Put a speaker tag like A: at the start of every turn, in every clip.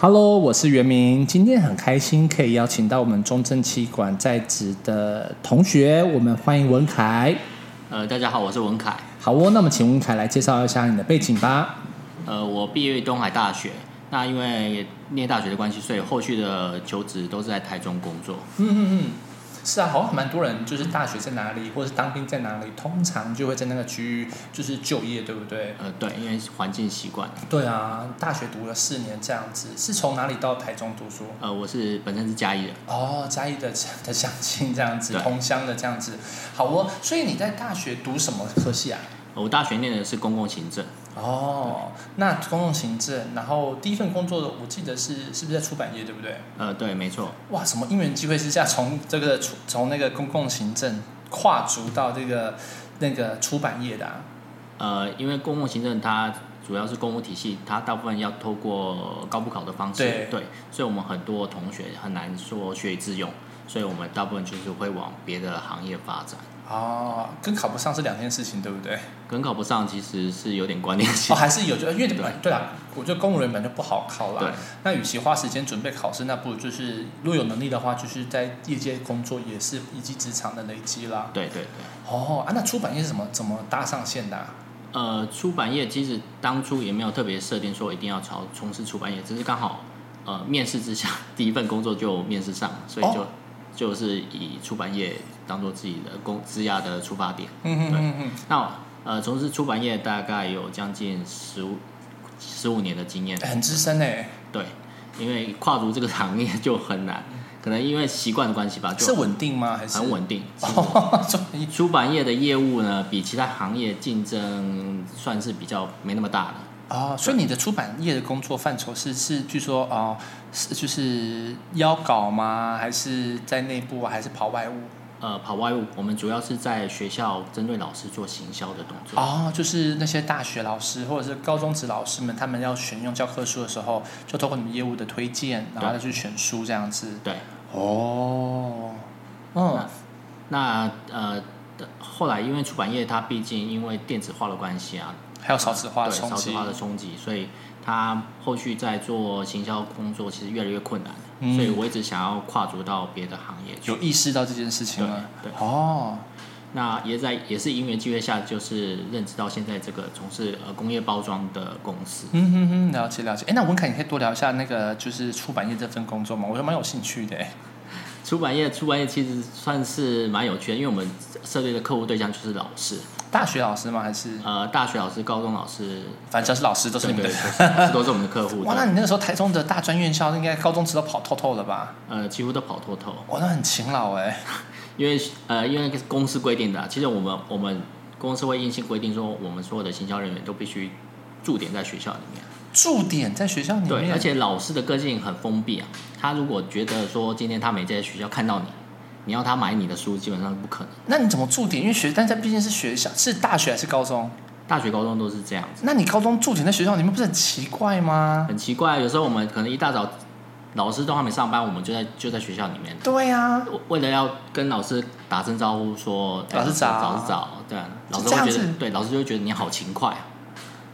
A: Hello，我是袁明，今天很开心可以邀请到我们中正气管在职的同学，我们欢迎文凯。
B: 呃，大家好，我是文凯。
A: 好哦，那么请文凯来介绍一下你的背景吧。
B: 呃，我毕业于东海大学，那因为念大学的关系，所以后续的求职都是在台中工作。
A: 嗯嗯嗯，是啊，好像蛮多人就是大学在哪里，或者是当兵在哪里，通常就会在那个区域就是就业，对不对？
B: 呃，对，因为环境习惯。
A: 对啊，大学读了四年这样子，是从哪里到台中读书？
B: 呃，我是本身是嘉义人，
A: 哦，嘉义的的相亲这样子，
B: 对
A: 同乡的这样子，好哦。所以你在大学读什么科系啊？
B: 呃我大学念的是公共行政，
A: 哦，那公共行政，然后第一份工作我记得是是不是在出版业，对不对？
B: 呃，对，没错，
A: 哇，什么因缘机会之下，从这个出从那个公共行政跨足到这个那个出版业的、啊？
B: 呃，因为公共行政它主要是公务体系，它大部分要透过高补考的方式，
A: 对
B: 所以我们很多同学很难说学以致用，所以我们大部分就是会往别的行业发展，
A: 哦，跟考不上是两件事情，对不对？
B: 跟考不上其实是有点关联性
A: 哦，，还是有就因为本来对啦，我觉得公务人本来就不好考啦。
B: 对。
A: 那与其花时间准备考试，那不如就是如果有能力的话，就是在业界工作也是一技之长的累积啦。
B: 对对对。
A: 哦啊，那出版业是怎么怎么搭上线的、啊？
B: 呃，出版业其实当初也没有特别设定说一定要朝从事出版业，只是刚好呃面试之下第一份工作就面试上了，所以就、
A: 哦
B: 就是以出版业当做自己的工职涯的出发点。
A: 嗯嗯嗯嗯，
B: 那呃从事出版业大概有将近十五十五年的经验
A: 哎，很资深哎、
B: 对，因为跨足这个行业就很难，可能因为习惯的关系吧，
A: 是
B: 就
A: 稳定吗？还是
B: 很？稳定。
A: 哦， 所以
B: 出版业的业务呢，比其他行业竞争算是比较没那么大的。
A: 哦，所以你的出版业的工作范畴是是，据说哦，是就是邀稿吗？还是在内部啊？还是跑外务？
B: 呃，跑外务，我们主要是在学校针对老师做行销的动作。
A: 哦，就是那些大学老师或者是高中职老师们，他们要选用教科书的时候，就透过你们业务的推荐，然后再去选书这样子。
B: 对，
A: 哦，嗯，
B: 那呃，的后来因为出版业它毕竟因为电子化的关系啊，
A: 还有少子化
B: 对
A: 冲
B: 少子
A: 击，
B: 化的冲击，所以它后续在做行销工作其实越来越困难。
A: 嗯
B: 所以我一直想要跨足到别的行业去
A: 有。意识到这件事情
B: 对
A: 了。
B: 对，
A: 哦，
B: 那也在也是因缘机会下，就是认知到现在这个从事呃工业包装的公司。
A: 嗯哼哼，了解了解。哎，那文凯，你可以多聊一下那个就是出版业这份工作吗？我觉得蛮有兴趣的。哎
B: 出版业，出版业其实算是蛮有趣的，因为我们设定的客户对象就是老师。
A: 大学老师吗？还是
B: 呃，大学老师、高中老师，
A: 反正只要是老师都
B: 都
A: 是你们的。
B: 老 师都是我们的客户，
A: 哇，那
B: 对
A: 你那个时候台中的大专院校应该高中职都跑透透了吧？
B: 呃，几乎都跑透透，
A: 哇，那很勤劳哎、
B: 因为呃，因为公司规定的啊，其实我们我们公司会硬性规定说，我们所有的行销人员都必须驻点在学校里面，
A: 驻点在学校里面，
B: 对，而且老师的个性很封闭啊，他如果觉得说今天他没在学校看到你，你要他买你的书，基本上是不可能。
A: 那你怎么驻点？因为学，但这毕竟是学校，是大学还是高中？
B: 大学、高中都是这样子，
A: 那你高中驻点在学校里面，不是很奇怪吗？
B: 很奇怪，有时候我们可能一大早老师都还没上班，我们就在就在学校里面。
A: 对啊，
B: 我为了要跟老师打声招呼说，哎
A: 老师早
B: 老师早，对啊，老
A: 就
B: 师
A: 这样
B: 会觉得
A: 子，
B: 对，老师就会觉得你好勤快啊。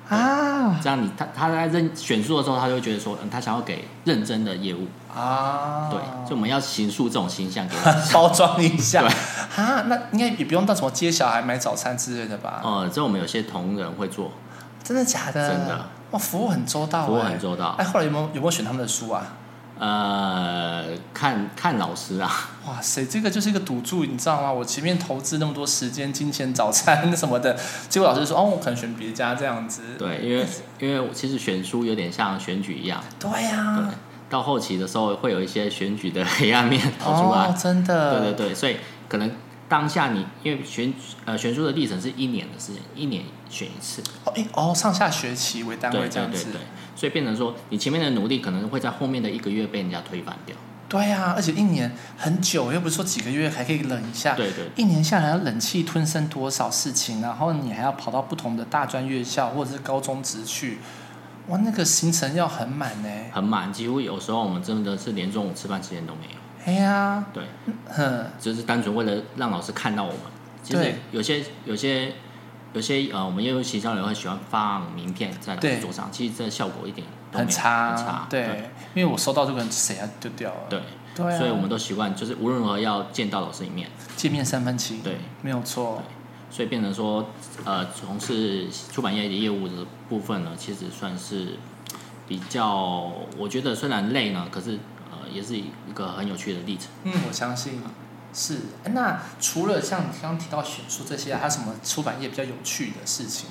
A: 啊
B: 这样你他他在认选书的时候，他就会觉得说，嗯，他想要给认真的业务，
A: 啊，
B: 对，所以我们要形塑这种形象给老师。
A: 包装一下
B: 对
A: 啊，那应该也不用到什么接小孩买早餐之类的吧？
B: 呃，这我们有些同仁会做，
A: 真的假的？
B: 真的，
A: 哇，服务很周到、欸，
B: 服务很周到
A: 哎，后来有没有有没有选他们的书啊？
B: 呃，看看老师啊，
A: 哇塞，这个就是一个赌注，你知道吗？我前面投资那么多时间、金钱、早餐什么的， 结果老师说，哦，我可能选别家这样子。
B: 对，因为因为其实选书有点像选举一样，
A: 对啊呀、
B: 对，到后期的时候会有一些选举的黑暗面跑出来
A: 哦，，真的，
B: 对对对，所以可能当下你因为选呃选书的历程是一年的事情，一年选一次，
A: 哦，诶哦，上下学期为单
B: 对对
A: 位这
B: 对
A: 样子，
B: 对，所以变成说你前面的努力可能会在后面的一个月被人家推翻掉，
A: 对呀、而且一年很久，又不是说几个月还可以冷一下，
B: 对对
A: 一年下来要忍气吞声多少事情，然后你还要跑到不同的大专院校或者是高中职去，哇，那个行程要很满欸呢、
B: 很满，几乎有时候我们真的是连中午吃饭时间都没有，
A: 哎呀，
B: 对，
A: 哼，
B: 就是单纯为了让老师看到我们，其实
A: 对
B: 有些有些有些呃，我们业务行销人会喜欢放名片在
A: 对
B: 桌上，其实这效果一点都没
A: 很
B: 有
A: 差，
B: 很差，
A: 对，因为我收到这个人谁要丢掉了，
B: 对，
A: 对啊，
B: 所以我们都习惯就是无论如何要见到老师一面，
A: 见面三分情，
B: 对，
A: 没有错，
B: 所以变成说，呃，从事出版业的业务的部分呢，其实算是比较，我觉得虽然累呢，可是呃，也是一个很有趣的历程。
A: 嗯，我相信是。哎那除了像你刚刚提到选书这些啊，还有什么出版业比较有趣的事情，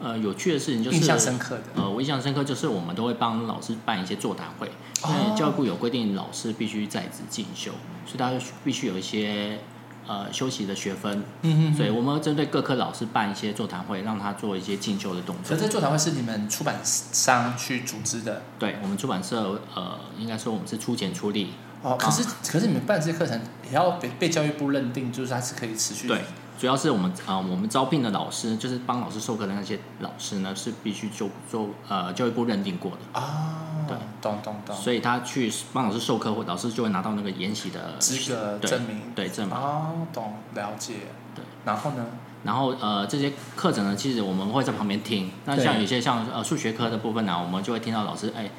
B: 呃，有趣的事情就
A: 印
B: 是
A: 象深刻的？
B: 呃，我印象深刻就是我们都会帮老师办一些座谈会，因
A: 哦
B: 为教育部有规定老师必须在职进修，所以大家必须有一些呃休息的学分，
A: 嗯
B: 所以我们会针对各科老师办一些座谈会，让他做一些进修的动
A: 可
B: 作
A: 是。这座谈会是你们出版商去组织的
B: 对我们出版社呃，应该说我们是出钱出力，
A: 哦。可是、可是你们办这些课程也要被被教育部认定，就是它是可以持续
B: 对，主要是我们啊、呃我们招聘的老师，就是帮老师授课的那些老师呢，是必须就做呃教育部认定过的，
A: 啊、
B: 对
A: 懂懂懂，
B: 所以他去帮老师授课，或老师就会拿到那个研习的
A: 资格
B: 对
A: 证明
B: 对证嘛。
A: 哦，懂了解。
B: 嗯对，
A: 然后呢？
B: 然后呃这些课程呢，其实我们会在旁边听。那
A: 对
B: 像有些像呃数学科的部分呢、我们就会听到老师哎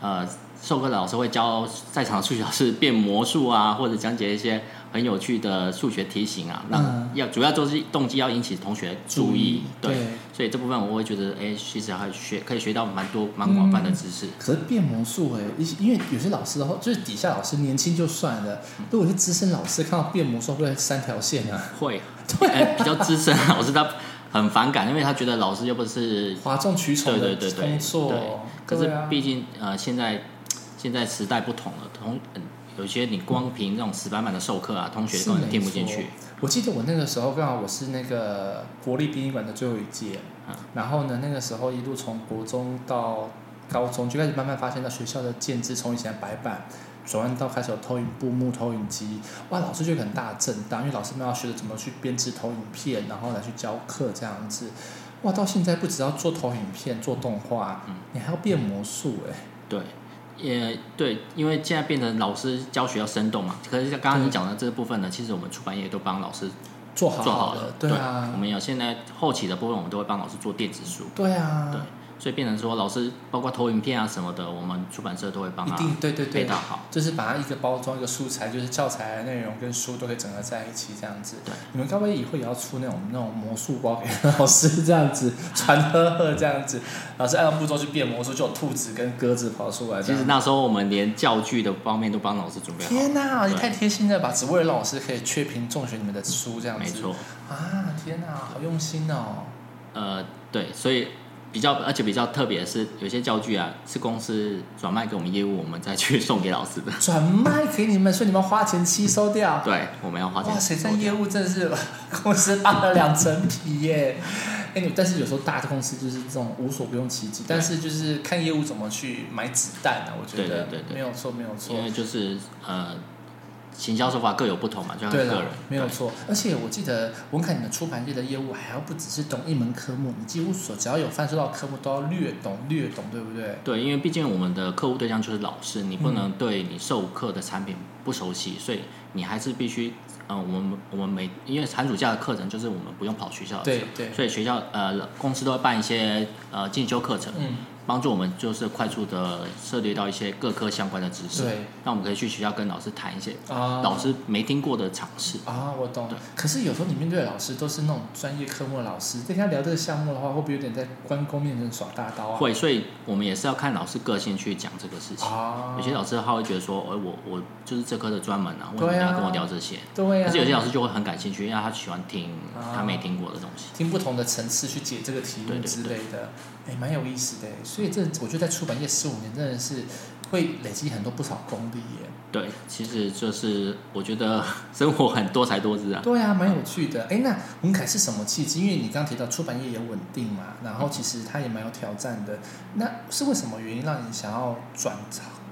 B: 呃授课的老师会教在场的数学老师变魔术啊，或者讲解一些很有趣的数学题型啊，
A: 嗯
B: 那要主要就是动机要引起同学注意，对。
A: 对。
B: 所以这部分我会觉得，哎、其实还学可以学到蛮多蛮广泛的知识。
A: 可是变魔术哎、一些因为有些老师的话，就是底下老师年轻就算了，
B: 嗯
A: 如果是资深老师看到变魔术会不会三条线啊，
B: 会， 哎、比较资深的老师他很反感，因为他觉得老师又不是，
A: 哗众取宠的
B: 对对对对
A: 工作。
B: 对可
A: 对
B: 是
A: 啊
B: 毕竟呃现在现在时代不同了，同、嗯有些你光凭那种死板板的授课啊，同学
A: 是
B: 根本
A: 没
B: 听不进去
A: 错。我记得我那个时候刚好我是那个国立殡仪馆的最后一届，
B: 嗯
A: 然后呢，那个时候一路从国中到高中就开始慢慢发现到学校的建制从以前的白板。转换到开始有投影布幕、投影机，哇，老师就有很大的震荡，因为老师们要学着怎么去编制投影片，然后来去教课这样子。哇，到现在不只要做投影片、做动画，
B: 嗯
A: 你还要变魔术哎、
B: 对，也对，因为现在变成老师教学要生动嘛。可是像刚刚你
A: 对
B: 讲的这部分呢，其实我们出版业都帮老师
A: 做好
B: 做好
A: 的
B: 了，，
A: 对
B: 我
A: 啊，
B: 们有现在后期的部分，我们都会帮老师做电子书。
A: 对啊，
B: 对，所以变成说老师包括投影片啊什么的，我们出版社都会帮
A: 一
B: 他
A: 定对对对
B: 配，套好。
A: 就是把它一个包装一个素材，就是教材内容跟书都可以整合在一起这样子。
B: 对，
A: 你们该不会以后也要出那种那种魔术包给老师这样子，传呵呵这样子， 老师按照步骤去变魔术，就有兔子跟鸽子跑出来这
B: 其
A: 样。
B: 实那时候我们连教具的方面都帮老师准备好
A: 天
B: 了，
A: 哪、你
B: 对
A: 太贴心了吧！只为了让老师可以确评中选你们的书这样子。
B: 没错。
A: 啊，天哪、好用心哦。
B: 呃，对，所以比较而且比较特别的是，有些教具啊是公司转卖给我们业务，我们再去送给老师 的。
A: 转卖给你们，所以你们花钱吸收掉。
B: 对，我们要花钱
A: 哇，谁在
B: 收
A: 哦业
B: 掉
A: 务真的是 公司扒了两层皮耶！ 哎，你但是有时候大公司就是这种无所不用其极，但是就是看业务怎么去买子弹啊，我觉得
B: 对对对对
A: 没有错，没有错
B: 因。为就是呃，行销手法各有不同嘛，就像
A: 对
B: 个
A: 了
B: 人，
A: 没有
B: 对
A: 错。而且我记得文凯你的出版业的业务还要不只是懂一门科目，你几乎所只要有贩售到科目都要略懂略懂，对不对？
B: 对，因为毕竟我们的客户对象就是老师，你不
A: 嗯
B: 能对你授课的产品不熟悉，所以你还是必须，呃，我们我们每因为寒暑假的课程啊就是我们不用跑学校的
A: 对
B: 课，
A: 对
B: 所以学校呃公司都会办一些呃进修课程，
A: 嗯，
B: 帮助我们就是快速的涉猎到一些各科相关的知识，
A: 对
B: 那我们可以去学校跟老师谈一些
A: 啊，
B: 老师没听过的尝试。
A: 啊，我懂
B: 对。
A: 可是有时候你面对的老师都是那种专业科目的老师，跟他聊这个项目的话，会不会有点在关公面前耍大刀啊？
B: 会，所以我们也是要看老师个性去讲这个事情。
A: 啊，
B: 有些老师他会觉得说，哎、我我就是这科的专门啊，为什么
A: 对
B: 你
A: 啊
B: 要跟我聊这些？
A: 对呀、
B: 可是有些老师就会很感兴趣，因为他喜欢听
A: 啊
B: 他没听过的东西。
A: 听不同的层次去解这个题目
B: 对对
A: 之类的，哎，蛮有意思的。所以这我觉得在出版业十五年真的是会累积很多不少功力耶。
B: 对，其实就是我觉得生活很多才多姿啊。
A: 对啊，蛮有趣的。哎，那文凯是什么契机？因为你刚提到出版业也稳定嘛，然
B: 嗯
A: 后其实它也蛮有挑战的。那是为什么原因让你想要转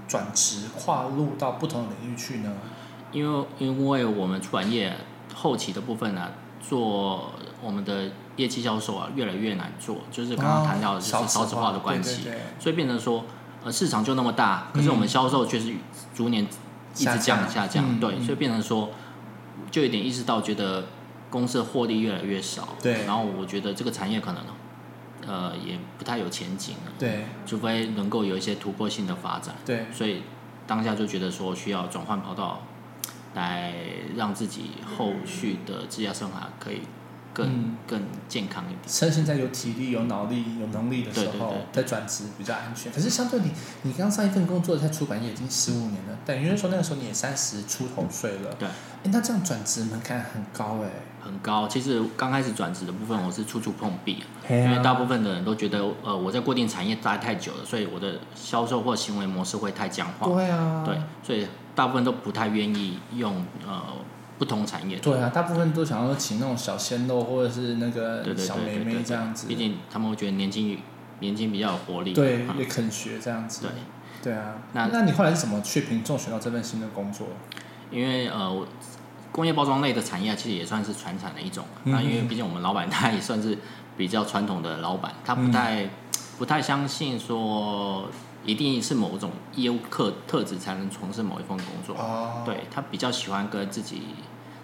A: 转职跨入到不同的领域去呢？
B: 因为因为我们出版业后期的部分呢、啊做我们的业绩销售啊，越来越难做，就是刚刚谈到的就是
A: 哦
B: 少子化的关
A: 对
B: 系，
A: 对对
B: 所以变成说，呃，市场就那么大，可是我们销售却是逐年
A: 嗯
B: 一直
A: 下
B: 降
A: 降
B: 下降，
A: 嗯
B: 对，
A: 嗯
B: 所以变成说，就有点意识到，觉得公司的获利越来越少，
A: 对
B: 然后我觉得这个产业可能呃也不太有前景了，
A: 对
B: 除非能够有一些突破性的发展，
A: 对
B: 所以当下就觉得说需要转换跑道，来让自己后续的职业生涯可以更、
A: 嗯
B: 更健康一点。
A: 趁现在有体力、有脑力、有能力的时
B: 对对
A: 候
B: 对
A: 再转职比较安全。可是相对你，你刚上一份工作在出版业已经十五年了，等于是说那个时候你也三十出头岁了。
B: 对
A: 哎，那这样转职门槛很高哎、
B: 很高，其实刚开始转职的部分，我是处处碰壁，
A: 嘿
B: 因为大
A: 啊，
B: 部分的人都觉得，呃，我在固定产业待太久了，所以我的销售或行为模式会太僵化，
A: 对啊，
B: 对，所以大部分都不太愿意用呃不同产业，
A: 对啊，大部分都想要请那种小鲜肉或者是那
B: 对
A: 个
B: 对对
A: 小妹
B: 对对
A: 妹
B: 对
A: 这样子，
B: 毕竟他们会觉得年轻年轻比较有活力，
A: 对
B: 嗯
A: 也肯学这样子，
B: 对，
A: 对啊。
B: 那
A: 那你后来是怎么去凭证选到这份新的工作？
B: 因为呃我工业包装类的产业其实也算是传产的一种，啊
A: 嗯
B: 那因为毕竟我们老板他也算是比较传统的老板，他
A: 嗯
B: 不太、不太相信说一定是某种业务特特质才能从事某一份工作，
A: 哦，
B: 对他比较喜欢跟自己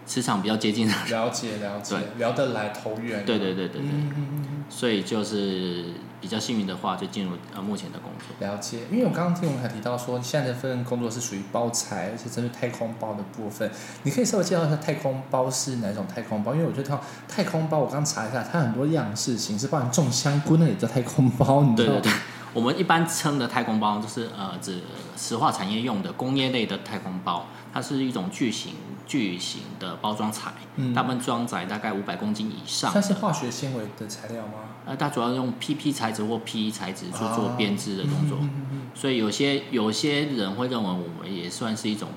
B: 磁场比较接近的人，
A: 了解了解
B: 对，
A: 聊得来投缘，
B: 对对对对对，
A: 嗯嗯嗯嗯，
B: 所以就是比较幸运的话就进入呃目前的工作，
A: 了解。因为我刚刚听我们还提到说，现在这份工作是属于包材，而且这是太空包的部分。你可以稍微介绍一下太空包是哪种太空包？因为我觉得太空包，我刚查一下，它很多样式形式，包含种香菇那也叫太空包，你知
B: 对
A: 道
B: 对
A: 吗？
B: 对。我们一般称的太空包就是呃指石化产业用的工业类的太空包，它是一种巨型巨型的包装材，
A: 嗯
B: 大部分装载大概五百公斤以上
A: 算是
B: 的。
A: 化学纤维的材料吗？
B: 呃，它主要用 PP 材质或 PE 材质去做
A: 啊
B: 编织的动作，
A: 嗯嗯嗯
B: 所以有些有些人会认为我们也算是一种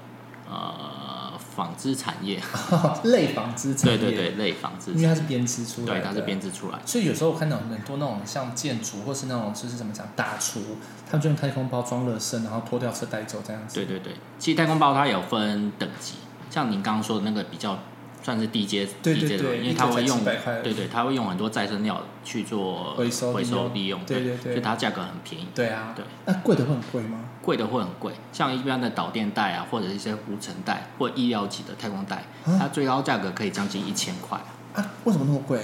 B: 呃纺织产业，
A: 嗯类纺织产
B: 对
A: 业，
B: 对对，类纺织
A: 因为它是编织出来
B: 对，
A: 的，
B: 它是编织出来的。
A: 所以有时候我看到很多那种像建筑或是那种就是怎么讲大厨，他们就用太空包装热身，然后脱掉车带走这样子。
B: 对对对，其实太空包它有分等级，像您刚刚说的那个比较算是低阶
A: 对
B: 低
A: 对
B: 阶的，
A: 对，
B: 因为它会用
A: 百块，
B: 对对，它会用很多再生料去做
A: 回收利
B: 回收
A: 用
B: 利用，
A: 对对对
B: 所以它价格很便宜。
A: 对啊，
B: 对，
A: 那贵的会很贵吗？
B: 贵的会很贵，像一般的导电带啊，或者一些无尘带或医疗级的太空带，
A: 啊
B: 它最高价格可以将近一千块，
A: 啊，为什么那么贵？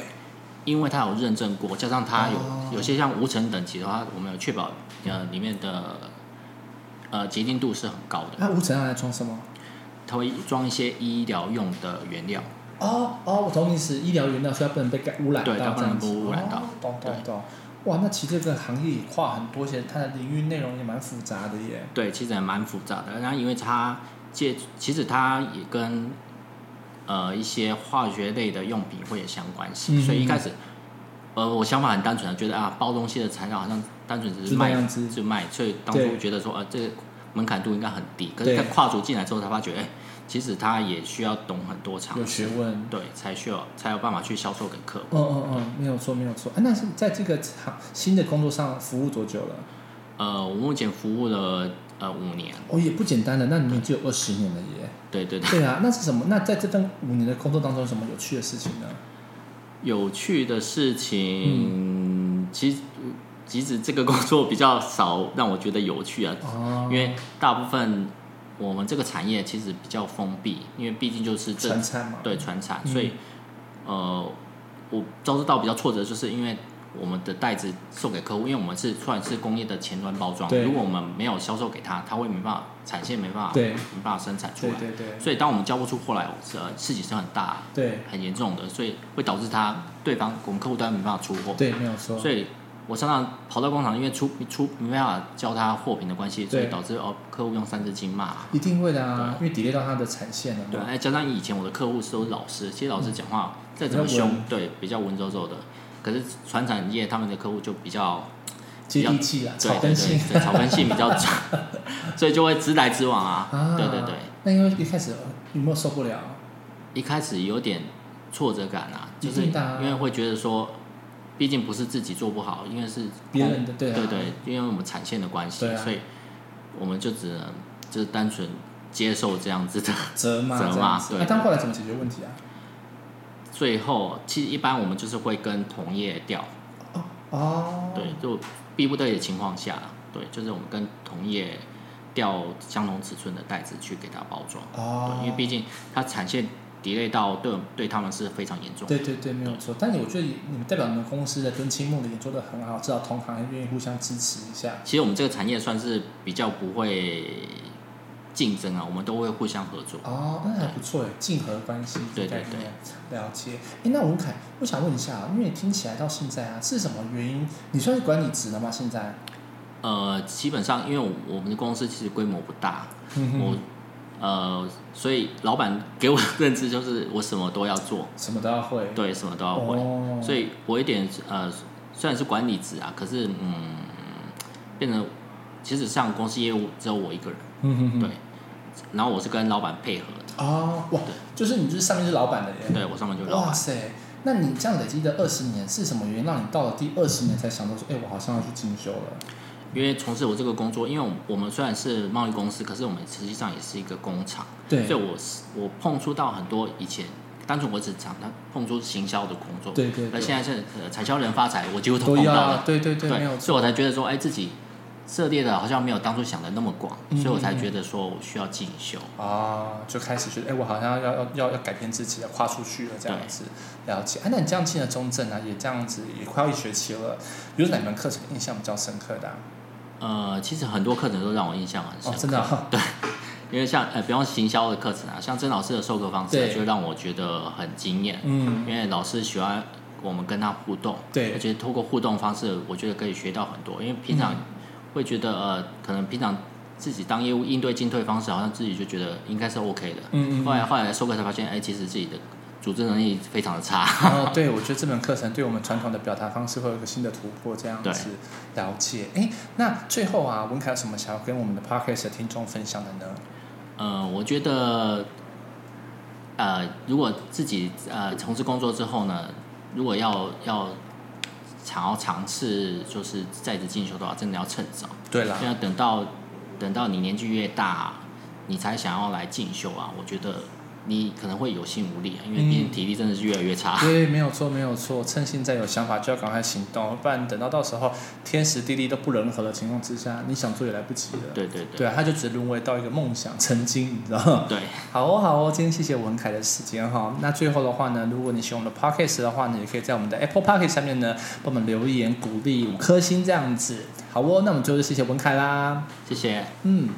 B: 因为它有认证过，加上它有、
A: 哦
B: 有些像无尘等级的话，我们有确保呃里面的呃洁净度是很高的，
A: 那无尘拿来装什么？
B: 它会装一些医疗用的原料。
A: 哦哦，我懂你意思，医疗原料所以它不能被改污染到，
B: 对
A: 这
B: 它不能
A: 样子
B: 被污染到
A: 哦懂懂
B: 对
A: 懂。哇，那其实这个行业也跨很多，而且它的领域内容也蛮复杂的耶。
B: 对，其实还蛮复杂的。然后因为它借，其实它也跟呃一些化学类的用品会有相关性，
A: 嗯
B: 所以一开始。呃，我想法很单纯，觉得啊，包东西的材料好像单纯只
A: 就
B: 是
A: 那
B: 卖
A: 样子
B: 就卖，所以当初
A: 对
B: 觉得说，呃，这个门槛度应该很低。可是，
A: 对
B: 在跨足进来之后，才发觉，哎、其实它也需要懂很多常
A: 有
B: 识
A: 学，问。
B: 对，才需要才有办法去销售给客户。
A: 嗯嗯嗯，没有错没有错。啊，那是在这个行新的工作上服务多久了？
B: 呃，我目前服务了呃五年，
A: 哦，也不简单的，那你们就有二十年了耶。
B: 对对对。
A: 对啊，那是什么？那在这份五年的工作当中，有什么有趣的事情呢？
B: 有趣的事情，其实即使这个工作比较少让我觉得有趣啊，
A: 哦，
B: 因为大部分我们这个产业其实比较封闭，因为毕竟就是这
A: 传餐嘛，
B: 对传产，
A: 嗯
B: 所以呃，我遭受到比较挫折，就是因为我们的袋子送给客户，因为我们是算是工业的前端包装，
A: 对
B: 如果我们没有销售给他，他会没办法产线没办法
A: 对
B: 没办法生产出
A: 对
B: 来，
A: 对对
B: 所以当我们交不出货来，呃，事情是很大。
A: 对
B: 很严重的，所以会导致他对方我们客户端没办法出货。
A: 对，没有错。
B: 所以我常常跑到工厂，因为出出没办法交他货品的关系，所以
A: 对
B: 导致哦客户用三字经骂。
A: 一定会的啊，因为 delay 到它的产线了
B: 对，
A: 嘛。
B: 哎，加上以前我的客户是都是老师，其实老师讲话再怎么
A: 嗯比较文
B: 凶，对，比较文绉绉的。可是传产业他们的客户就比较
A: 接地气啊，
B: 对
A: 草
B: 对
A: 根性
B: 对，对草根性比 较重，所以就会直来直往啊。
A: 啊。
B: 对对对，。
A: 那因为一开始呃有没有受不了？
B: 一开始有点挫折感啊，就是
A: 一定的啊
B: 因为会觉得说，毕竟不是自己做不好，因为是
A: 别人的对啊
B: 哦对对，因为我们产线的关系，
A: 对啊
B: 所以我们就只能就是单纯接受这样子的。
A: 责骂
B: 责骂
A: 这样子。
B: 对
A: 那但后来怎么解决问题啊？
B: 最后，其实一般我们就是会跟同业调，
A: 哦，
B: 对，就逼不得已的情况下，对，就是我们跟同业调相同尺寸的袋子去给它包装，
A: 哦
B: 对，因为毕竟它产线 delay 到对对他们是非常严重。
A: 对对对，没有错。但是我觉得你们代表你们公司的跟青木的也做得很好，至少同行愿意互相支持一下。
B: 其实我们这个产业算是比较不会竞争啊，我们都会互相合作。
A: 哦，那还不错诶，竞合关系
B: 对对
A: 概念，了解。诶，那文凯，我想问一下，啊因为你听起来到现在啊，是什么原因？你算是管理职了吗？现在？
B: 呃，基本上因为我我们的公司其实规模不大，
A: 嗯哼
B: 我呃，所以老板给我的认知就是我什么都要做，
A: 什么都要会，
B: 对，什么都要会。
A: 哦，
B: 所以我有点呃，虽然是管理职啊，可是嗯，变成其实上公司业务只有我一个人，
A: 嗯哼哼
B: 对，然后我是跟老板配合的，
A: 哦，哇，就是你就是上面是老板的人，
B: 对我上面就是老
A: 哇
B: 板。
A: 塞，那你这样累积的二十年是什么原因让你到了第二十年才想到说，哎、我好像要去进修了？
B: 因为从事我这个工作，因为我我们虽然是贸易公司，可是我们实际上也是一个工厂，
A: 对
B: 所以我是我碰触到很多以前单纯我只常常碰触行销的工作，
A: 对对对，
B: 那现在是呃产销人发财，我几乎都
A: 都
B: 碰到
A: 要
B: 了
A: 啊，，对对对，没有
B: 对，所以
A: 错，
B: 我才觉得说，哎，自己涉猎的好像没有当初想的那么广，
A: 嗯
B: 所以我才觉得说我需要进修。
A: 啊，就开始觉得，哎、我好像要要要要改变自己，要跨出去了这样
B: 对
A: 子。了解，哎、那你这样进了中正啊，也这样子也快要一学期了，有哪门课程印象比较深刻的、啊？
B: 呃，其实很多课程都让我印象很深
A: 哦，
B: 刻，
A: 真的、啊，
B: 因为像呃，比方行销的课程啊，像曾老师的授课方式啊
A: 对
B: 就让我觉得很惊艳，
A: 嗯，
B: 因为老师喜欢我们跟他互动，
A: 对
B: 而且透过互动方式，我觉得可以学到很多，因为平
A: 嗯
B: 常会觉得呃，可能平常自己当业务应对进退方式，好像自己就觉得应该是 OK 的，
A: 嗯嗯
B: 后来后来授课才发现，哎，其实自己的组织能力非常的差。
A: 然后，嗯哦对我觉得这门课程对我们传统的表达方式会有一个新的突破，这样子了解。哎，那最后啊，文凯有什么想要跟我们的 podcast 的听众分享的呢？
B: 呃，我觉得，呃，如果自己呃从事工作之后呢，如果要要想要尝试就是在职进修的话，真的要趁早，
A: 对啦
B: 不，要等到等到你年纪越大，你才想要来进修啊，我觉得你可能会有心无力啊，因为
A: 嗯
B: 毕竟体力真的是越来越差。
A: 对，没有错，没有错。趁现在有想法就要赶快行动，不然等到到时候天时地利都不融合的情况之下，你想做也来不及了。
B: 对对对
A: 对啊，他就只沦为到一个梦想，曾经，你知道吗？
B: 对，
A: 好哦，好哦，今天谢谢文凯的时间哈、那最后的话呢，如果你喜欢我们的 podcast 的话呢，也可以在我们的 Apple podcast 下面呢，帮我们留言鼓励五颗星这样子。好哦，那我们最后就谢谢文凯啦，
B: 谢谢。
A: 嗯，